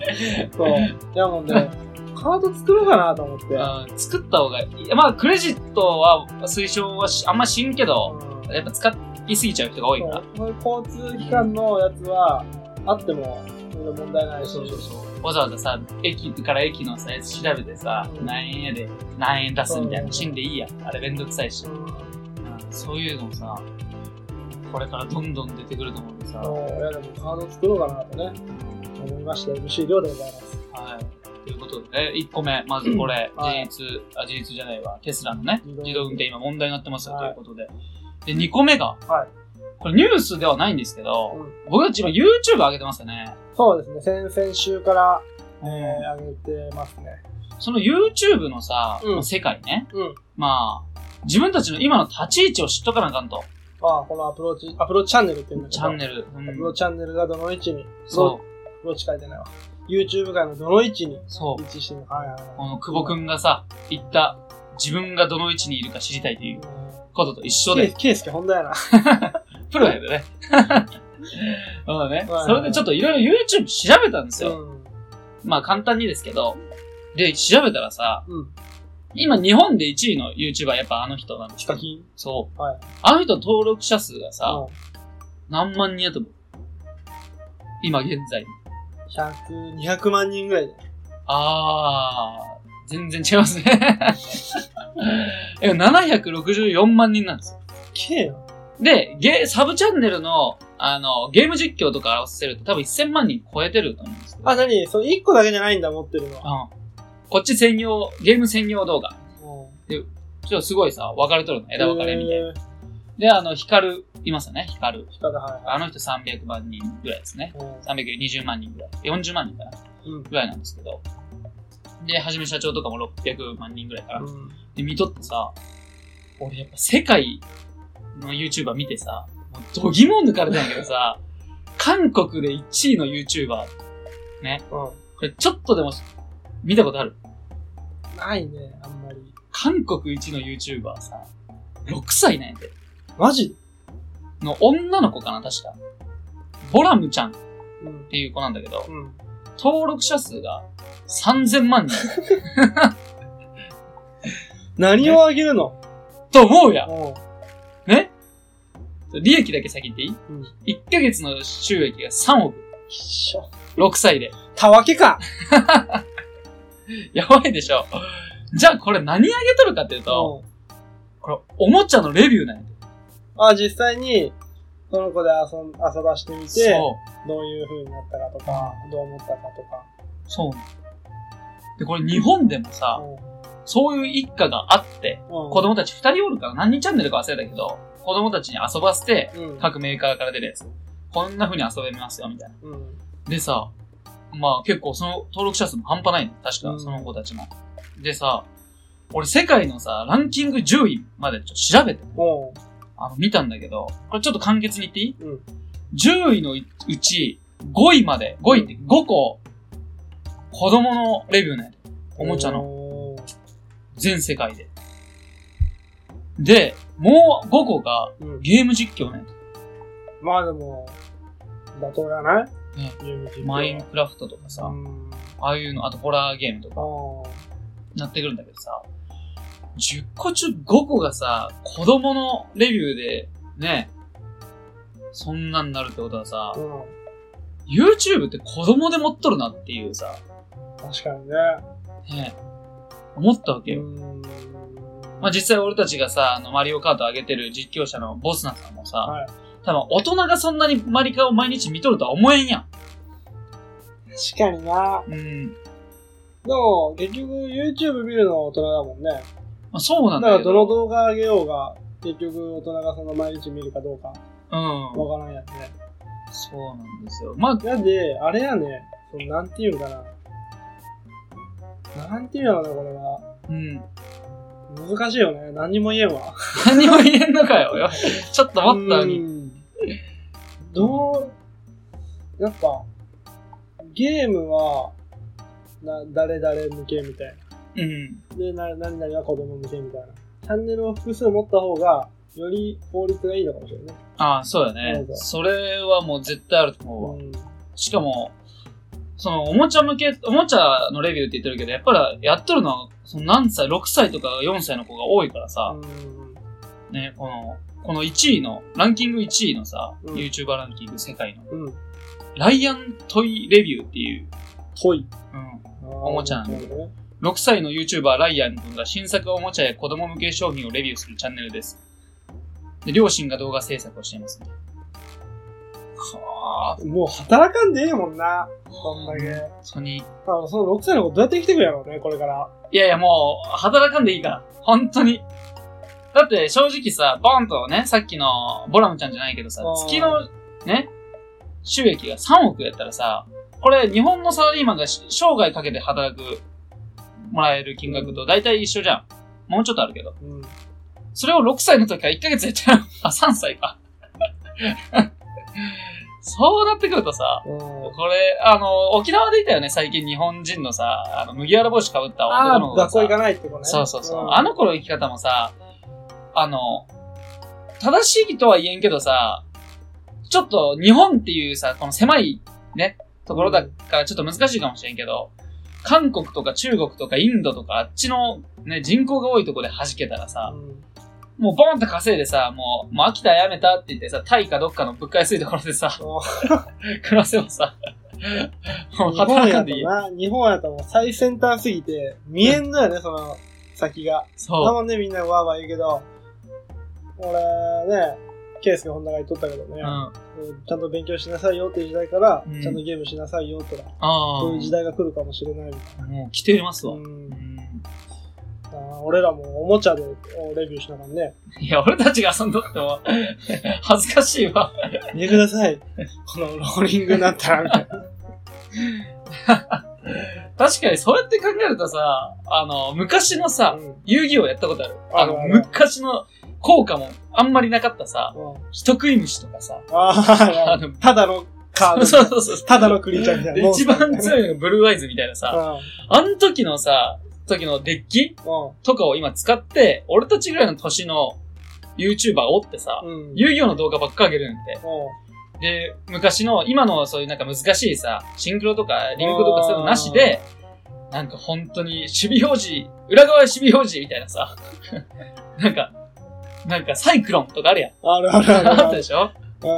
S2: そう。いやもんね、カード作ろうかなと思って。
S1: うん作った方がいい。まあ、クレジットは推奨はしあんましんけど、
S2: うん
S1: やっぱ使いすぎちゃう人が多いから。
S2: そうそういう交通機関のやつは、あっても全然問題ないし。
S1: そうそうそう。わざわざさ、駅から駅のさ、やつ調べてさ、
S2: うん
S1: 何円やで何円出すみたいな、
S2: そう
S1: 死んでいいやん。あれめんどくさいし。
S2: うん
S1: うんそういうのもさ、これからどんどん出てくると思うんでさ、
S2: そういやでもカード作ろうかなとね、思いました。MC 量でございます。
S1: はい。ということでね、1個目、まずこれ、
S2: うんはい
S1: 自立、あ、自立じゃないわ、テスラのね、
S2: 自動運転
S1: 自動運転今問題になってますよ、
S2: はい
S1: ということで。で、2個目が、
S2: はい
S1: これニュースではないんですけど、
S2: う
S1: 僕たち今 YouTube 上げてますよね。
S2: そうですね。先々週から、えー、上げてますね。
S1: その YouTube のさ、
S2: うん
S1: 世界ね。
S2: うん
S1: まあ、自分たちの今の立ち位置を知っとかなあかんと。
S2: まあ、このアプローチ、アプローチチャンネルって言うんだけ
S1: チ
S2: ど、
S1: ャンネル。う
S2: アプロー
S1: ん、
S2: チチャンネルがどの位置に、。
S1: そう
S2: アプローチ書いてないわ。YouTube 界のどの位置に
S1: う、そ。
S2: 位置してるのか。はいはいう
S1: こ
S2: はい
S1: の久保くんがさ、言った、自分がどの位置にいるか知りたいということと一緒
S2: ケー
S1: で
S2: ス、、ケースケ本田やな。
S1: プロや でね。うんね
S2: は。い
S1: それでちょっといろいろ YouTube 調べたんですよ。
S2: ん。
S1: まあ簡単にですけど。で、調べたらさ、
S2: うん。
S1: 今日本で1位の YouTuber やっぱあの人なんで
S2: ヒ
S1: す
S2: カキン
S1: そう。
S2: はい
S1: あの人の登録者数がさ、
S2: うん
S1: 何万人やと思う今現在。
S2: 100、200万人ぐらいで。
S1: あー、全然違います ね。え764万人なんですよ。
S2: けえよ。
S1: で、ゲー、サブチャンネルの、あの、ゲーム実況とか合わせると多分1000万人超えてると思うんですけど。
S2: あ、なにその1個だけじゃないんだ、持ってるのは。
S1: うん。こっち専用、ゲーム専用動画。
S2: う
S1: ち
S2: ん
S1: ょっとすごいさ、分かれとるの。枝分かれみたいな。
S2: えー
S1: で、あの、ヒカル、いますよね、ヒカル。
S2: ヒカル、はいは
S1: あの人300万人ぐらいですね。
S2: い。うん
S1: 320万人ぐらい。40万人かな
S2: うん
S1: ぐらいなんですけど。で、はじめ社長とかも600万人ぐらいかな。
S2: うん。
S1: で、見とってさ、俺やっぱ世界の YouTuber 見てさ、もう度肝を抜かれたんやけど さ、韓国で1位の YouTuber、
S2: う
S1: これちょっとでも見たことある
S2: ん。ないね、あんまり。
S1: 韓国一の YouTuber さ、6歳なんやで。
S2: マジ
S1: の女の子かな、確か。ボラムちゃんっ
S2: うん。
S1: ていう子なんだけど、
S2: うん。
S1: 登録者数が3000万人
S2: 何をあげるの
S1: と思う やん。
S2: うん。
S1: ね利益だけ先言っていい、
S2: うん
S1: ?1 ヶ月の収益が3億。
S2: きっしょ。
S1: 6歳で。
S2: たわけか
S1: やばいでしょ。じゃあこれ何あげとるかっていうと、
S2: うん。
S1: これおもちゃのレビューなんや。
S2: あ、実際に、その子で遊ん遊ばしてみて、
S1: そう。
S2: どういう風になったかとか、どう思ったかとか。
S1: そうなん。で、これ日本でもさ、
S2: うん
S1: そういう一家があって、
S2: うん
S1: 子供たち2人おるから何人チャンネルか忘れたけど、子供たちに遊ばせて、
S2: うん。
S1: 各メーカーから出るやつ。こんな風に遊べますよ、みたいな。
S2: うん。
S1: でさ、まあ結構その登録者数も半端ないの。確
S2: う
S1: か、
S2: ん
S1: その子たちも。でさ、俺世界のさ、ランキング10位までちょっと調べて、
S2: うん。
S1: あの、見たんだけど、これちょっと簡潔に言っていい
S2: うん。
S1: 10位のうち、5位まで、5位って5個、子供のレビューね。おもちゃの、
S2: の。
S1: 全世界で。で、もう5個が、
S2: うん。
S1: ゲーム実況ね。
S2: まあでも、妥当じゃない
S1: ね
S2: ゲーム実況
S1: マインクラフトとかさ
S2: う、ん。
S1: ああいうの、あとホラーゲームとか、
S2: あ
S1: なってくるんだけどさ、10個中5個がさ、子供のレビューで、ね、そんなんなるってことはさ
S2: あ。う、ん。
S1: YouTube って子供で持っとるなっていうさ、
S2: 確かにね。
S1: ね、思ったわけよ。
S2: うん。
S1: まあ、実際俺たちがさ、あの、マリオカート上げてる実況者のボスナさんもさ、
S2: はい
S1: 多分大人がそんなにマリカを毎日見とるとは思えんや
S2: 確かにな。
S1: ん。うん。
S2: でも、結局 YouTube 見るのは大人だもんね。
S1: まあ、そうな
S2: だ
S1: ん
S2: か
S1: だ
S2: ら
S1: け
S2: ど
S1: ど。
S2: の動画あげようが、結局大人がその毎日見るかどうか
S1: うん。
S2: わからんやつね。
S1: そうなんですよ。まあ、
S2: なんで、あれやね、そのなんていうんかな。なんていうのかな、これは。
S1: うん。
S2: 難しいよね。何にも言えんわ。
S1: 何を言えんのかよ。ちょっと待ったのに。
S2: うんどう、やっぱ、ゲームは、な、誰々向けみたい
S1: うん。
S2: な。で、な、何々は子供向けみたいな。チャンネルを複数持った方が、より効率がいいのかもしれないね。
S1: ああ、そうだね
S2: そう。だ
S1: それはもう絶対あると思うわ。
S2: うん。
S1: しかも、その、おもちゃ向け、おもちゃのレビューって言ってるけど、やっぱりやっとるのは、その何歳、6歳とか4歳の子が多いからさ、
S2: うん
S1: ね、この、この1位の、ランキング1位のさ、
S2: うん
S1: YouTuber ランキング世界の、
S2: うん。
S1: ライアントイレビューっていう、
S2: ぽい。
S1: うん、
S2: お
S1: もちゃな
S2: なん
S1: だ
S2: んだね。
S1: 6歳の YouTuber ライアン君が新作おもちゃや子供向け商品をレビューするチャンネルです。で両親が動画制作をしています、ね。はぁ、
S2: もう働かんでええもんな。こんだけ。
S1: 本当に。
S2: あの、その6歳の子どうやって生きてくるやろうね、これから。
S1: いやいや、もう、働かんでいいから。本当に。だって正直さ、バーンとね、さっきのボラムちゃんじゃないけどさ
S2: あ、ー
S1: 月のね、収益が3億やったらさ、これ日本のサラリーマンがし生涯かけて働く、もらえる金額と大体一緒じゃん。もうちょっとあるけど。
S2: うん。
S1: それを6歳の時から1ヶ月やったら、あ、3歳か。 そうなってくるとさ、
S2: うん
S1: これ、あの、沖縄でいたよね、最近日本人のさ、あの麦わら帽子かぶった
S2: あ
S1: 男
S2: あ、
S1: の子が
S2: 学校
S1: さ
S2: 行、かないってことね。
S1: そうそうそう。
S2: ん
S1: あの頃生き方もさ、あの、正しいとは言えんけどさ、ちょっと日本っていうさ、この狭いね、ところだからちょっと難しいかもしれんけど、韓国とか中国とかインドとかあっちのね、人口が多いとこで弾けたらさ、
S2: うん
S1: もうボーンって稼いでさ、もう、もう秋田やめたって言ってさ、タイかどっかのぶっか安いところで さ、暮らせばさ、もう
S2: 日本
S1: 働か
S2: や
S1: んでいい
S2: と。な、日本やともう最先端すぎて、見えんのよね、その先が。
S1: そ
S2: た
S1: う。
S2: まんね、みんなわーわー言うけど、俺ね、ケイスケ本田が言っとったけど
S1: う
S2: ね
S1: ん。、あ
S2: ちゃんと勉強しなさいよっていう時代から、
S1: うん
S2: ちゃんとゲームしなさいよとか、
S1: あ
S2: そういう時代が来るかもしれないみたい
S1: ー。もう来ています
S2: な。
S1: わ。
S2: うん
S1: うん
S2: あー俺らもおもちゃでレビューしながらね、
S1: いや、俺たちが遊んどっても、恥ずかしいわ。
S2: 見てく ださい。このローリングになったら、みたいな。
S1: 確かに、そうやって考えるとさ、あの、昔のさ、
S2: うん
S1: 遊戯王やったことある。
S2: あ
S1: あ
S2: る
S1: の
S2: あ、る
S1: 昔の効果もあんまりなかったさ、
S2: うん
S1: 人食い虫とかさ、
S2: あ
S1: あ
S2: あ
S1: の、
S2: ただのカー ド。
S1: そうそうそう。
S2: ただのクリーチャーみたいな。
S1: で一番強いのがブルーアイズみたいなさ、あの時のさ、時のデッキとかを今使って、俺たちぐらいの年の YouTuber がおってさ、
S2: うん。うん。うん。
S1: 遊戯王の動画ばっか上げるんで。
S2: うん
S1: で、昔の、今のそういうなんか難しいさ、シンクロとかリンクとかそういうのなしで、なんか本当に守備表示、裏側守備表示みたいなさ、 なんか、なんかサイクロンとかあるやん。
S2: あるあるある
S1: あっ
S2: あ
S1: た
S2: る
S1: で。しょ
S2: うん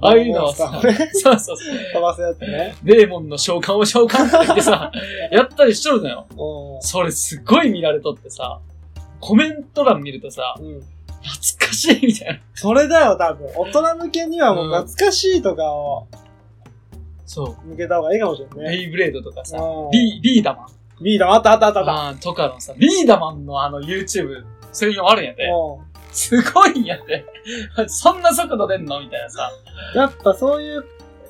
S1: ああいうのはさ
S2: モンスターをね
S1: そうそうそう。
S2: 飛ばすやつね。
S1: デーモンの召喚を召喚とか言って さ、やったりしとるのよ。
S2: う
S1: それすっごい見られとってさ、コメント欄見るとさ、
S2: ん。うん。
S1: 懐かしいみたいな。
S2: それだよ、多分。大人向けにはもう懐かしいとかを
S1: そう。
S2: 向けた方がいいかもしれない
S1: ベ
S2: ね。
S1: イブレードとかさ、
S2: うん
S1: ビー、ビーダマン。
S2: ビーダマンあったあったあったあっ
S1: あーとかのさ、ビーダマンのあの YouTube、そういうのあるんや
S2: た。
S1: で。
S2: う
S1: すごいんやで。 そんな速度出んのみたいなさ。
S2: ん。やっぱそういう、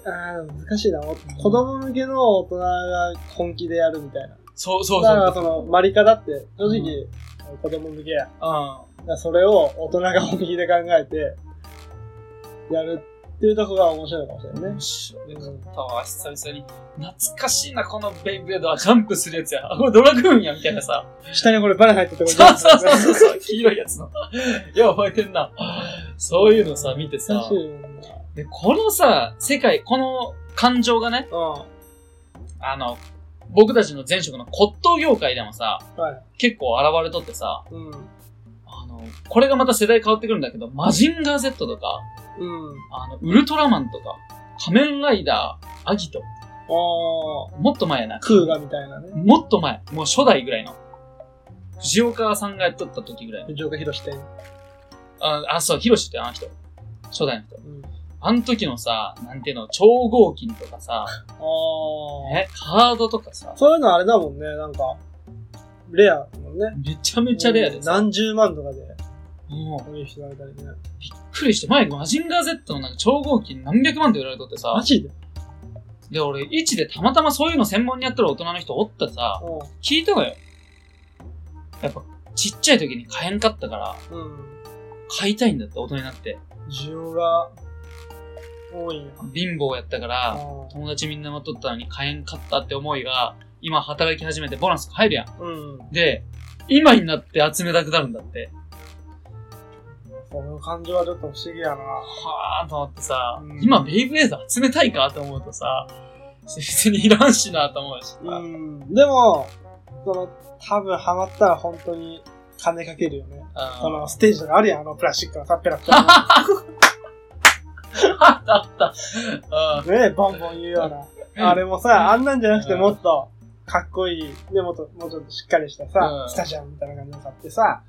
S2: あー難しいな。お子供向けの大人が本気でやるみたいな。
S1: そうそう
S2: だ
S1: そ
S2: から
S1: う。
S2: その、マリカだって、正直、子供向けや。だからそれを大人が本気で考えて、やるっていうとこが面白いかもしれな
S1: う
S2: い
S1: ん。
S2: ね。
S1: 久々に。懐かしいな、このベイブレードはジャンプするやつや。あこれドラグーンや、みたいなさ。
S2: 下にこれバネ入っててこれ
S1: そうそうそうそうそう、 黄色いやつの。よう覚えてんな。そういうのさ、見て
S2: 難
S1: さ
S2: し。いよね
S1: でこのさ、世界、この感情がね、
S2: うん。は
S1: あの、僕たちの前職の骨董業界でもさ、
S2: い。
S1: 結構現れとってさ、
S2: うん。
S1: あの、これがまた世代変わってくるんだけど、マジンガー Z とか、
S2: うん。
S1: あの、ウルトラマンとか、仮面ライダー、アギト、
S2: ああ、
S1: もっと前やな。
S2: クーガみたいなね。
S1: もっと前、もう初代ぐらいの。藤岡さんがやっとった時ぐらいの。
S2: 藤岡弘店。
S1: あ、あそう、ヒロシってあの人。初代の人。
S2: うん。
S1: あの時のさ、なんていうの、超合金とかさ、
S2: ああ、
S1: ね、カードとかさ、
S2: そういうのあれだもんね、なんか、レアだもんね。
S1: めちゃめちゃレアでさ、
S2: 何十万とかで
S1: もう、
S2: 取引されたりね。
S1: びっくりして、前、マジンガー Z のなんか超合金何百万って売られとってさ
S2: マ、ジで
S1: で、俺、一でたまたまそういうの専門にやってる大人の人おったさ、
S2: う
S1: 聞いたのよ。やっぱ、ちっちゃい時に買えんかったから、
S2: ん。うん。
S1: 買いたいんだって、大人になって。
S2: 需要が多いんや。
S1: 貧乏やったか
S2: あ
S1: ら、
S2: ー
S1: 友達みんなまとったのに買えんかったって思いが、今働き始めてボーナス入るやん。
S2: うん。
S1: で、今になって集めたくなるんだって。
S2: その感情はちょっと不思議やな。
S1: はぁーと思ってさ
S2: う、ん
S1: 今ベイブレード集めたいかと思うとさ、別にいらんしなと思うしさ。
S2: うん。でも、その、多分ハマったら本当に金かけるよね。
S1: あ
S2: その、ステージとかあるやん、あのプラスチックのさっぺらっぺらの。
S1: あったあった。あ
S2: ねボンボン言うような。あれもさ、あんなんじゃなくて
S1: うん
S2: もっと、かっこいい、でもっと、もうちょっとしっかりしたさ、
S1: うん
S2: スタジアムみたいな感じの買ってさ、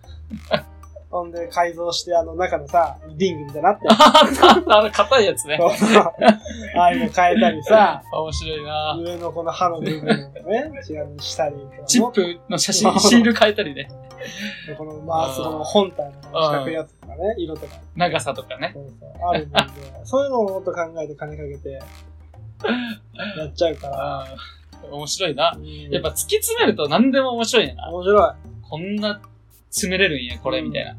S2: ほんで、改造して、あの、中のさ、リングみたいになって。
S1: あったあった、あの硬いやつね。
S2: そうそうああいうの変えたり さ、
S1: 面白いな
S2: 上のこの歯の部分をね、違うにしたりとかも、
S1: チップの写真、シール変えたりね。
S2: この、まあ、その本体の四角いやつとかね、色とか、
S1: 長さとかね。
S2: そうそうあるもんで、そういうのをもっと考えて金かけて、やっちゃうから、
S1: あー面白いな。
S2: うん
S1: やっぱ突き詰めると何でも面白いな。
S2: 面白い。
S1: こんな詰めれるんや、これ、みたいな。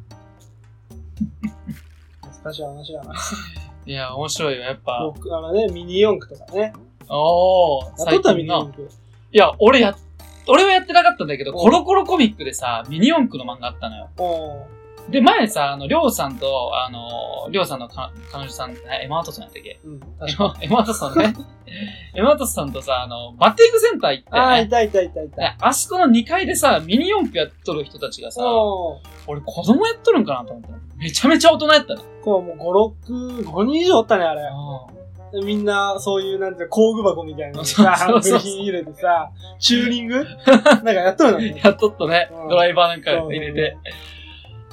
S2: 難しい話だな。
S1: いや、面白いよ、やっぱ。
S2: 僕、あのね、ミニ四駆とかね。
S1: おー、
S2: やっとったミニ
S1: の
S2: 四。駆。
S1: いや、俺や、俺はやってなかったんだけど、
S2: うん
S1: コロコロコミックでさ、ミニ四駆の漫画あったのよ。
S2: おー
S1: で、前さ、あの、りょうさんと、あの、りょうさんのか彼女さん、えエマートソンやったっけ
S2: うん、
S1: エ
S2: 確
S1: マ
S2: かに。
S1: エマートソンね。エマートソンとさ、あの、バッティングセンター行った
S2: あ
S1: よ
S2: あ、
S1: ね
S2: い。たいたいたいた。
S1: であそこの2階でさ、ミニ四駆やっとる人たちがさ、
S2: おー
S1: 俺子供やっとるんかなと思ったら、めちゃめちゃ大人やったね。
S2: こう、もう5、6、5人以上おったね、あれ。
S1: う
S2: みんな、そういう、なんていうか工具箱み たいなの
S1: そう
S2: さ、
S1: そうそう
S2: 部品入れてさ、チューリ ングなんかやっとるの
S1: ん
S2: ね。
S1: やっとったね
S2: う。ん
S1: ドライバーなんか入れて。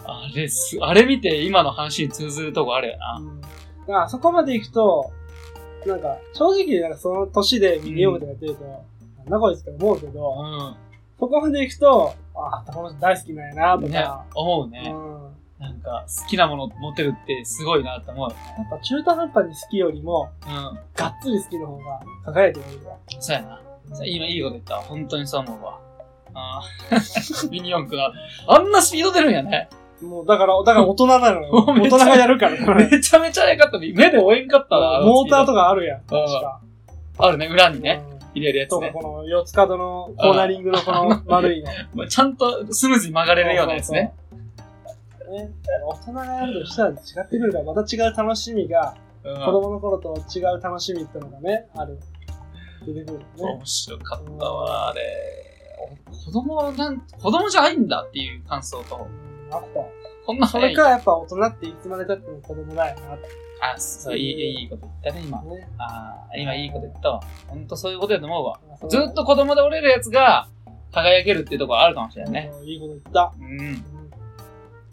S1: あれす、あれ見て今の話に通ずるとこあるよな。
S2: うん。だから、あそこまで行くと、なんか、正直、なんかその年でミニオムとかやってると、なんだこいつって思うけど、
S1: うん。
S2: そこまで行くと、ああ、この人大好きなんやな、と
S1: ね
S2: か、、
S1: 思う
S2: う
S1: ね。
S2: ん。
S1: なんか、好きなもの持てるってすごいなって思う。
S2: やっぱ中途半端に好きよりも、
S1: う
S2: がっつり好きの方が輝いて見えるわ。
S1: ん。そうやな。そう今いいこと言ったわ。本当にそう思うわ。あー ミニ四駆が、あんなスピード出るんやね。
S2: もう、だから、だから大人なのよ。
S1: もうめっ
S2: 大
S1: ちゃ
S2: 人がやるから、こ れ。
S1: めちゃめちゃ速かったね。目で追えんかったわ。
S2: モーター
S1: と
S2: とかあるやん。確か。
S1: あるね、裏にね。
S2: うん。
S1: 入れるやつ
S2: とか、
S1: ね。
S2: この四つ角のコーナリングのこの 丸いの。
S1: まあちゃんとスムーズに曲がれるようなやつね。
S2: そうそうそう。ね、大人がやるとしたら違ってくるから、また違う楽しみが、
S1: うん
S2: 子供の頃と違う楽しみってのがね、ある。出てくるよね。
S1: 面白かったわ、あれ。子供はなん、子供じゃないんだっていう感想と、
S2: あった。
S1: こんな
S2: そ
S1: 早
S2: れ
S1: い。
S2: からやっぱ大人っていつまで経っても子供だよなって
S1: あ、そう、いい、いいこと言ったね、今。
S2: ね。
S1: ああ、今いいこと言ったわ。ほんとそういうことやと思うわ。
S2: まあそう
S1: ずっと子供で折れるやつが輝けるっていうところあるかもしれないね。
S2: うんいいこと言った。
S1: うん。
S2: うん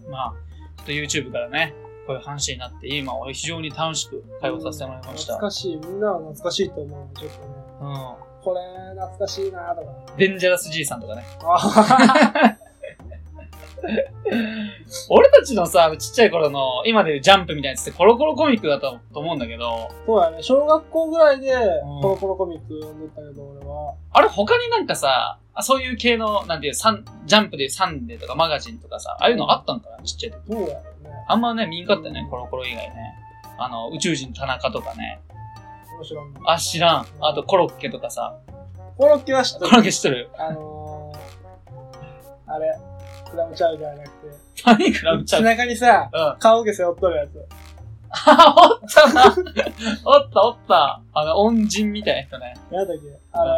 S1: まあ、ちょっと YouTube からね、こういう話になって、今、俺非常に楽しく会話させてもらいました。
S2: 懐かしい。みんなは懐かしいと思うのちょっとね。
S1: う
S2: これ、懐かしいなとか。
S1: ん。デンジャラスじいさんとかね。
S2: あ
S1: 俺たちのさ、ちっちゃい頃の、今でいうジャンプみたいなやつってコロコロコミックだったと思うんだけど、
S2: そうやね。小学校ぐらいで
S1: ん、
S2: コロコロコミック読んでたけど、俺は。
S1: あれ他になんかさ、あそういう系の、なんていう、サンジャンプでいうサンデーとかマガジンとかさ、ああいうのあったんかな、ちっちゃい時。
S2: どうやろうね。
S1: あんまね、見んかったよね、コロコロ以外ね。あの、宇宙人田中とかね。
S2: 面白いな。
S1: あ、知らん。あとコロッケとかさ。
S2: コロッケは知って
S1: コ
S2: る。
S1: ロッケ知ってる
S2: あのー、あれ、クラムチャウダーじゃなくて、
S1: 何クラブちゃ
S2: 背
S1: ん。うん。
S2: 中にさ、
S1: あ、
S2: 顔毛背負っとるやつ。
S1: おったな。おったおった。あの、恩人みたいな人ね。
S2: なんだっけあれ、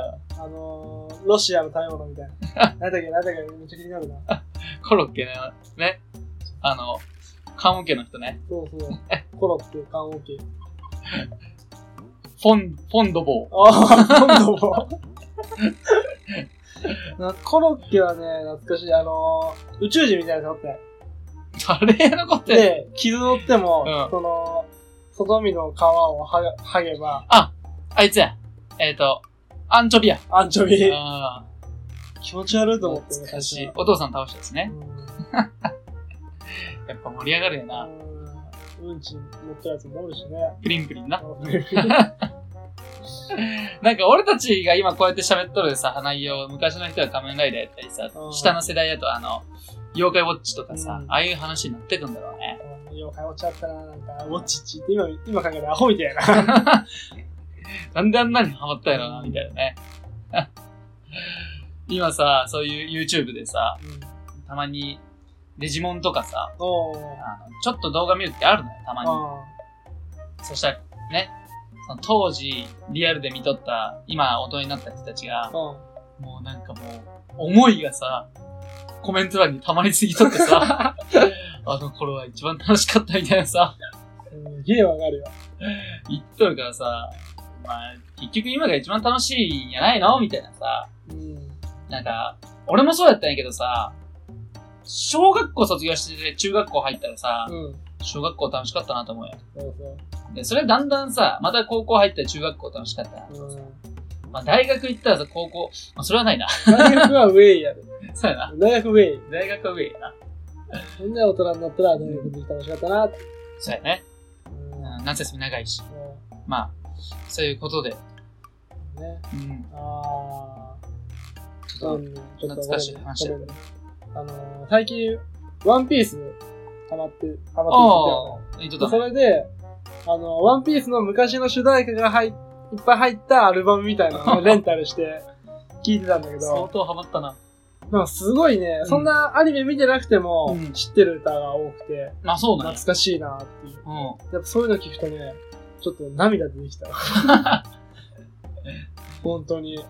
S2: あのー、ロシアの食べ物みたい な。なんだっけなんだっけめっちゃ気になるな。
S1: コロッケね、ね。あの、棺桶の人ね。
S2: そう そう。コロッケ、缶オケ。
S1: フォン、フォンドボー。
S2: ああ、今度も。 なコロッケはね、懐かしい。あのー、宇宙人みたいなの背負って。
S1: 誰のことや
S2: で、傷を負っても、
S1: うん
S2: その、外身の皮をはげ剥げば、
S1: あいつや。えっ、と、アンチョビや。
S2: アンチョビ、
S1: あ
S2: 気持ち悪い
S1: あ、
S2: と思って、
S1: 懐かし
S2: 最
S1: い
S2: 初。
S1: お父さん倒したですね。
S2: う
S1: やっぱ盛り上がるよな。
S2: ん、うんち乗ったやつもおるしね。
S1: プリンプリンな。
S2: 懐
S1: なんか俺たちが今こうやって喋っとるさ、内容、昔の人は仮面ライダーやったりさ
S2: う、ん
S1: 下の世代だとあの、妖怪ウォッチとかさ
S2: う、ん
S1: ああいう話になってくんだろうね。
S2: かよっちゃったな、なんか、ウォッチッチって今、今考えたらアホみたいな。
S1: なんであんなにハマったんやろな、みたいなね。 今さ、そういう YouTube でさ、
S2: うん、
S1: たまにデジモンとかさ、
S2: おー
S1: あのちょっと動画見るってあるのよ、たまに。
S2: あ
S1: そしたらね、その当時リアルで見とった、今大人になった人たちが
S2: ー、うん
S1: もうなんかもう、思いがさ、コメント欄に溜まりすぎとってさ、あの頃は一番楽しかったみたいなさ、
S2: すげえわかるよ。
S1: 言っとるからさ、まあ、結局今が一番楽しいんじゃないのみたいなさ、
S2: うん。
S1: なんか、俺もそうやったんやけどさ、小学校卒業して中学校入ったらさ、
S2: うん。
S1: 小学校楽しかったなと思うよ。
S2: そうそ
S1: で、それだんだんさ、また高校入ったら中学校楽しかったな。
S2: う。うん。
S1: まあ、大学行ったらさ、高校、まあ、それはないな。
S2: 大学はウェイやで。
S1: そうやな。
S2: 大学ウェイ。
S1: 大学は上やな。
S2: そんな大人になったら大学で楽しかったなって。
S1: そうやね。
S2: うん。
S1: うん、夏休み長いし。
S2: そ
S1: まあ、そういうことで、
S2: うね。
S1: うん、
S2: あー。
S1: ちょっ
S2: うんち
S1: 懐かしい話だ
S2: ごめんねあのー、最近、ワンピース、ハマって、ハ
S1: と、
S2: マってきて
S1: ああ、えっと
S2: たよ
S1: だ
S2: ね。そ
S1: ね。
S2: れで、あのー、ワンピースの昔の主題歌が入っいっぱい入ったアルバムみたいな のをレンタルして、聞いてたんだけ
S1: 相
S2: ど、
S1: 当ハマったな。
S2: なんかすごいね、
S1: ん
S2: そんなアニメ見てなくても
S1: うん
S2: 知ってる歌が多くて、
S1: まあそうなん
S2: 懐
S1: や。
S2: かしいなっていう。
S1: うん。
S2: やっぱそういうの聞くとね、ちょっと涙出てきた。 本当に、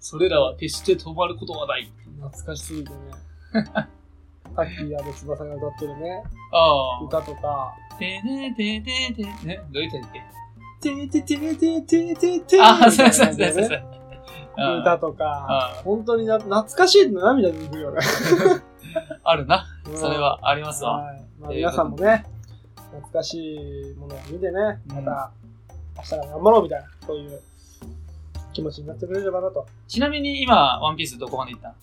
S1: それらは決して止まることはない。
S2: 懐かしすぎてね。 さっき、あの、翼が歌ってるね、
S1: ああ。
S2: 歌とか、
S1: てねてててね、どういう歌だっけ
S2: てーてーてーてーてーてーてー
S1: ああ、
S2: みた
S1: そう
S2: い
S1: そう
S2: な感
S1: そ
S2: じ
S1: う
S2: で
S1: そうそ
S2: ね
S1: う。
S2: 歌とか、
S1: あ
S2: 本当にな懐かしいの涙出てくるよね。
S1: ああるな。 それはありますわ。
S2: はい。まあ、皆さんもね、懐かしいものを見てね、また、明日から頑張ろうみたいな、そういう気持ちになってくれればなと。
S1: ちなみに今、ワンピースどこまで行った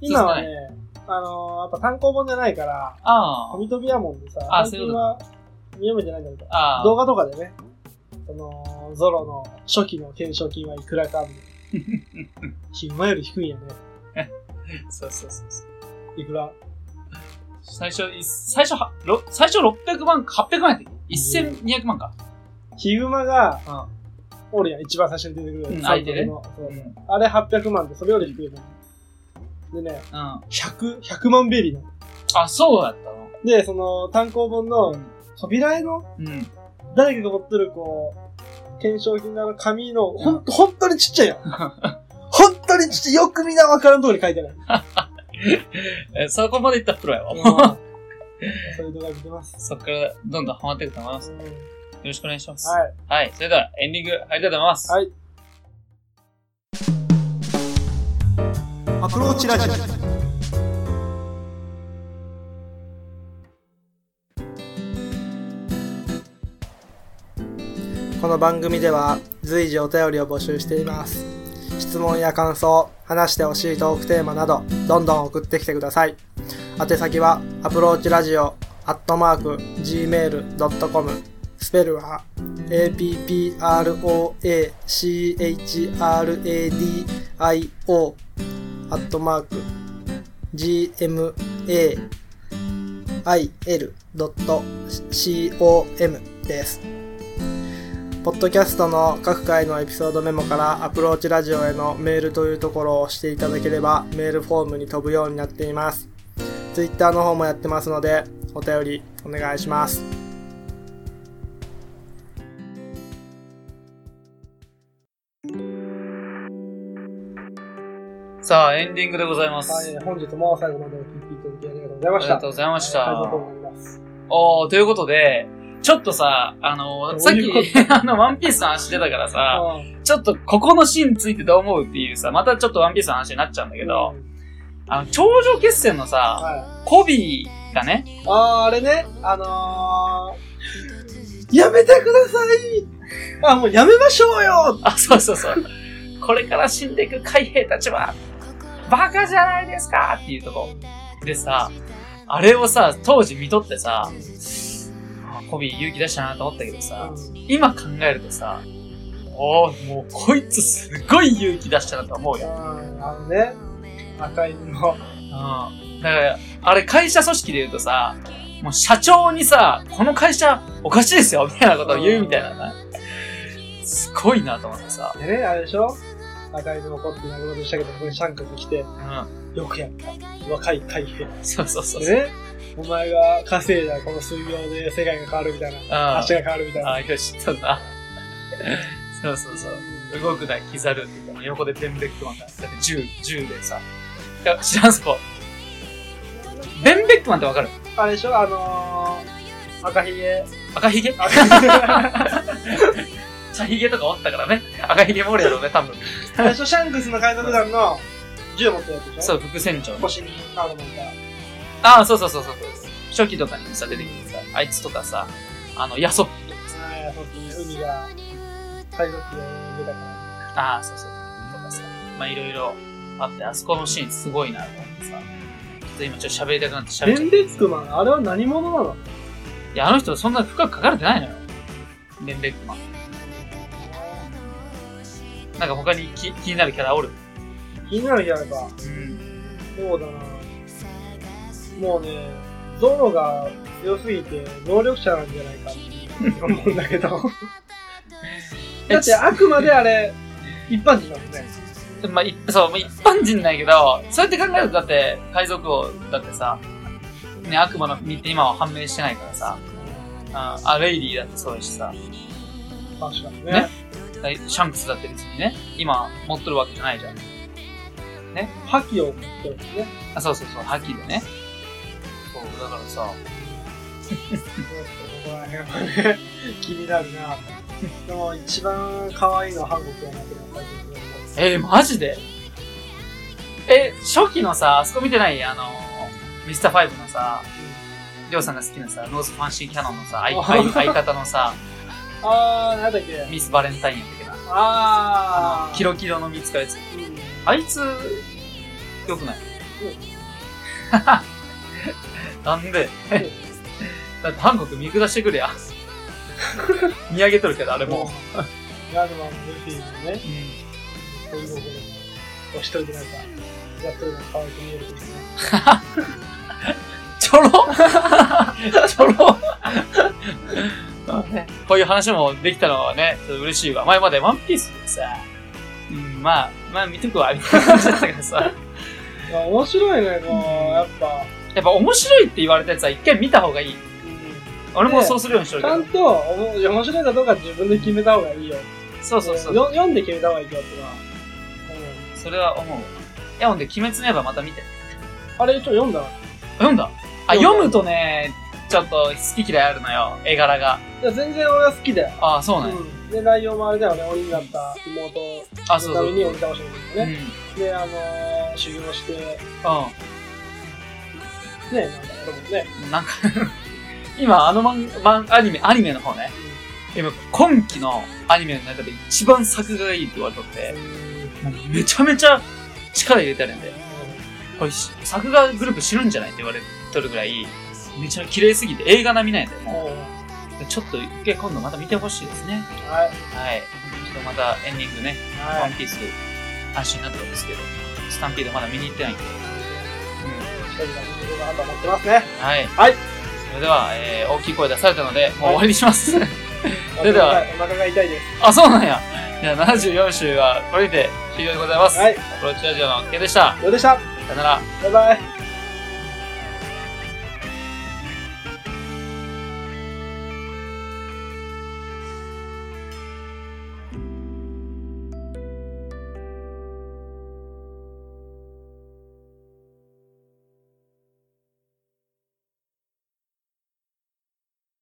S2: 今はね、あのー、やっぱ単行本じゃないから、
S1: あ
S2: 紙飛びやもんでさ、
S1: あ
S2: 最近は読めてないんだけど
S1: あ。、ああ。
S2: 動画とかでね、その、ゾロの初期の懸賞金はいくらかみた いな今より低いんやね。
S1: そうそうそうそう。
S2: いくら
S1: 最初、い最初は、ろ最初600万か800万やったっけ ?1200 万か。
S2: ヒグマが、
S1: うん。
S2: おるやん、一番最初に出てくる。
S1: うん
S2: サンプルのそうそうあれ800万で、それより低いもん。でね、
S1: うん。あ、
S2: 100、100万ベリーなの。
S1: そうだったの。
S2: で、その、単行本の扉絵の
S1: うん。
S2: 誰かが持ってる、こう、懸賞金のあの紙の、ほん、ほんとにちっちゃいよ。 ほんとにちっちゃい。よく見なわからんところに書いてない。
S1: え、そこまで行ったらプロやわ。
S2: そういう動画見てます。
S1: そっからどんどんハマっていくと思います。
S2: う
S1: よ
S2: ん
S1: ろしくお願いします。
S2: はい。
S1: はい。それではエンディング入りたいと思います。
S2: はい
S4: アプローチラジオ
S2: この番組では随時お便りを募集しています。質問や感想、話してほしいトークテーマなど、どんどん送ってきてください。宛先は、アプローチラジオ、アットマーク、gmail.com、スペルは、approachradio、アットマーク、gmail.com です。ポッドキャストの各回のエピソードメモからアプローチラジオへのメールというところを押していただければメールフォームに飛ぶようになっています。ツイッターの方もやってますのでお便りお願いします。
S1: さあ、エンディングでございます。
S2: はい、本日も最後までお聞きいただきありがとうござい
S1: あ
S2: ま
S1: り
S2: し
S1: が
S2: た。
S1: とうございまし
S2: 会場
S1: た
S2: の。方もあります。
S1: おー、ということで、ちょっとさ、あのー、
S2: ど
S1: さっ
S2: ういうこ
S1: き、 あの、ワンピースの話してたからさ、
S2: うん
S1: ちょっとここのシーンについてどう思うっていうさ、またちょっとワンピースの話になっちゃうんだけど、あの、頂上決戦のさ、
S2: はい、
S1: コビーがね、
S2: ああ、あれね、あのー、やめてくださいあ、もうやめましょうよ
S1: あ、そうそうそう、これから死んでいく海兵たちは、バカじゃないですかっていうとこ。でさ、あれをさ、当時見とってさ、あコビー勇気出したなと思ったけどさ、今考えるとさ、おー、もうこいつすごい勇気出したなと思うよ。
S2: うんあのね、赤いの。
S1: うんだから、あれ会社組織で言うとさ、もう社長にさ、この会社おかしいですよ、みたいなことを言うみたいなな。すごいなと思ってさ。
S2: でね、あれでしょ赤いの怒って殴ろうとしたけど、ここにシャンクが来て、
S1: うん。
S2: よくやった。若い海兵。
S1: そうそうそう。
S2: でね、お前が稼いだこの水曜で世界が変わるみたいな。
S1: あ
S2: 足が変わるみたいな。
S1: あ、よし、そうだ。そうそうそう。動くな、キザルって言って横でベンブレックマンが、だって銃、銃でさ。いや知らんすこ。ベンベックマンってわかる
S2: あれでしょあのー、赤ひげ。
S1: 赤ひげ
S2: あ
S1: 茶ひげとかおったからね。赤ひげもおるやろうね、多分。
S2: あれでしょシャンクスの海賊団の銃持ってるやつでしょ。
S1: そうう、副船長の。
S2: 腰にカード持った。
S1: ああ、そうそうそうそうそう。初期とかにさ、出てくるさ、あいつとかさ、あの、ヤソッピとかさ、
S2: はい、そうですね。海が、海賊で出たか
S1: ああ、そうそう、とかさ、まあいろいろあって、あそこのシーンすごいなと思ってさ、ちょっと今ちょっと喋りたくなって
S2: ら。
S1: 喋っちゃ
S2: 電
S1: った。い
S2: 別クマン、あれは何者なの
S1: や、あの人そんな深く書かれてないのよ。ベンベックマン。なんか他に気気になるキャラおる
S2: 気になるじゃないか。
S1: うん。
S2: そうだな。もうね、ゾロが強すぎて、能力者なんじゃないかって思うんだけど。だって、あくまであれ、一般人だもんね。
S1: まあ、いそう、まあ、一般人なんやけど、そうやって考えると、だって、海賊王だってさ、ね、悪魔の身って今は判明してないからさ、うん、あ、レイリーだってそうやしさ、
S2: 確かにね。
S1: ねだいシャンクスだって別にね、今持っとるわけじゃないじゃん。
S2: 覇気を持ってるんですね。
S1: あ、そうそうそう、覇気でね。そう、だからさ、
S2: そうここら辺はね、気になるな。でも一番可愛いのはハンコ君なければ
S1: えー、マジでえ、初期のさ、あそこ見てないあの、ミスターファイブのさ、りょうさんが好きなさ、ローズファンシーキャノンの さ、相相相方のさ、
S2: あー、なんだっけ。
S1: ミスバレンタインやったっけど、
S2: あー。
S1: キロキロの見つかるやつ。
S2: うん
S1: あいつ、よくない なんでだって韓国見下してく るやん。見上げとるけど、あれも。
S2: うん。ガードマンのルフィのね、
S1: うん。
S2: そういうことでも、お一人でなんか、やってるのが可愛く見えるんですね。
S1: ち ょろちょろこういう話もできたのはね、ちょっと嬉しいわ。前までワンピースでさ、うん、まあ、まあ見とく わ、みたいな感じだったからさ。
S2: いや面白いね、もう、やっぱ。
S1: やっぱ面白いって言われたやつは一回見た方がいい。俺もそうするようにしとる
S2: ち
S1: け
S2: ゃ
S1: ど
S2: ん。と、おも面白いかどうか自分で決めた方がいいよ。
S1: そうそうそう。
S2: よ読んで決めた方がいいよってのは。
S1: それは思う。いや、ほんで、鬼滅の刃また見て。
S2: うん。あれ、ちょ、読んだ
S1: 読んだあ、
S2: 読んだ
S1: 読むとね、ちょっと好き嫌いあるのよ。絵柄が。
S2: いや、全然俺は好きだよ。
S1: あ、そうなんや。
S2: うん。で、内容もあれだよね、鬼になった妹
S1: あ、そう
S2: の
S1: そ
S2: た
S1: う。
S2: め
S1: うん。
S2: に鬼倒してるんだ
S1: う
S2: よ
S1: ん
S2: ね。。で、あのー、修行して、ね、なんか、これもね、
S1: なんか、 今、あの漫画、漫アニメ、アニメの方ね。今、今期のアニメの中で一番作画がいいって言われとって、もうめちゃめちゃ力入れてるんで、これ、し作画グループ知るんじゃないって言われとるぐらい、めちゃ綺麗すぎて映画並みなんやで、
S2: うん。
S1: も
S2: うん
S1: うちょっと一回今度また見てほしいですね。
S2: はい。
S1: はい。ちょっとまたエンディングね、ワ
S2: は
S1: ン
S2: い。
S1: ピース話になったんですけど、スタンピードまだ見に行ってないんで。
S2: 一人が見てるなと思ってますね。
S1: はい。
S2: はい
S1: それでは、えー大きい声出されたので、もう終わりにし ます。
S2: お
S1: それでは
S2: 腹がお腹が痛いで。
S1: あ、そうなんや。じゃあ74週はこれで終了でございますす。
S2: はい。
S1: アプローチラジオの K でした。
S2: どうでした
S1: さよなら。
S2: バイバイ。